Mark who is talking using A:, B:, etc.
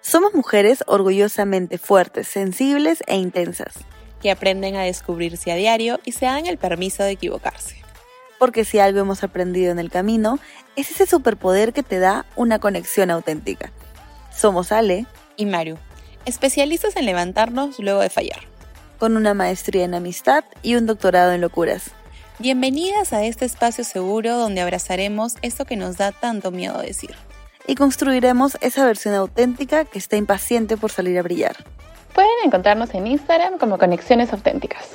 A: Somos mujeres orgullosamente fuertes, sensibles e intensas.
B: que aprenden a descubrirse a diario y se dan el permiso de equivocarse.
A: Porque si algo hemos aprendido en el camino, es ese superpoder que te da una conexión auténtica. Somos Ale,
B: Y Maru, especialistas en levantarnos luego de fallar.
A: con una maestría en amistad y un doctorado en locuras.
B: Bienvenidas a este espacio seguro donde abrazaremos esto que nos da tanto miedo decir.
A: Y construiremos esa versión auténtica que está impaciente por salir a brillar.
C: Pueden encontrarnos en Instagram como Conexiones Auténticas.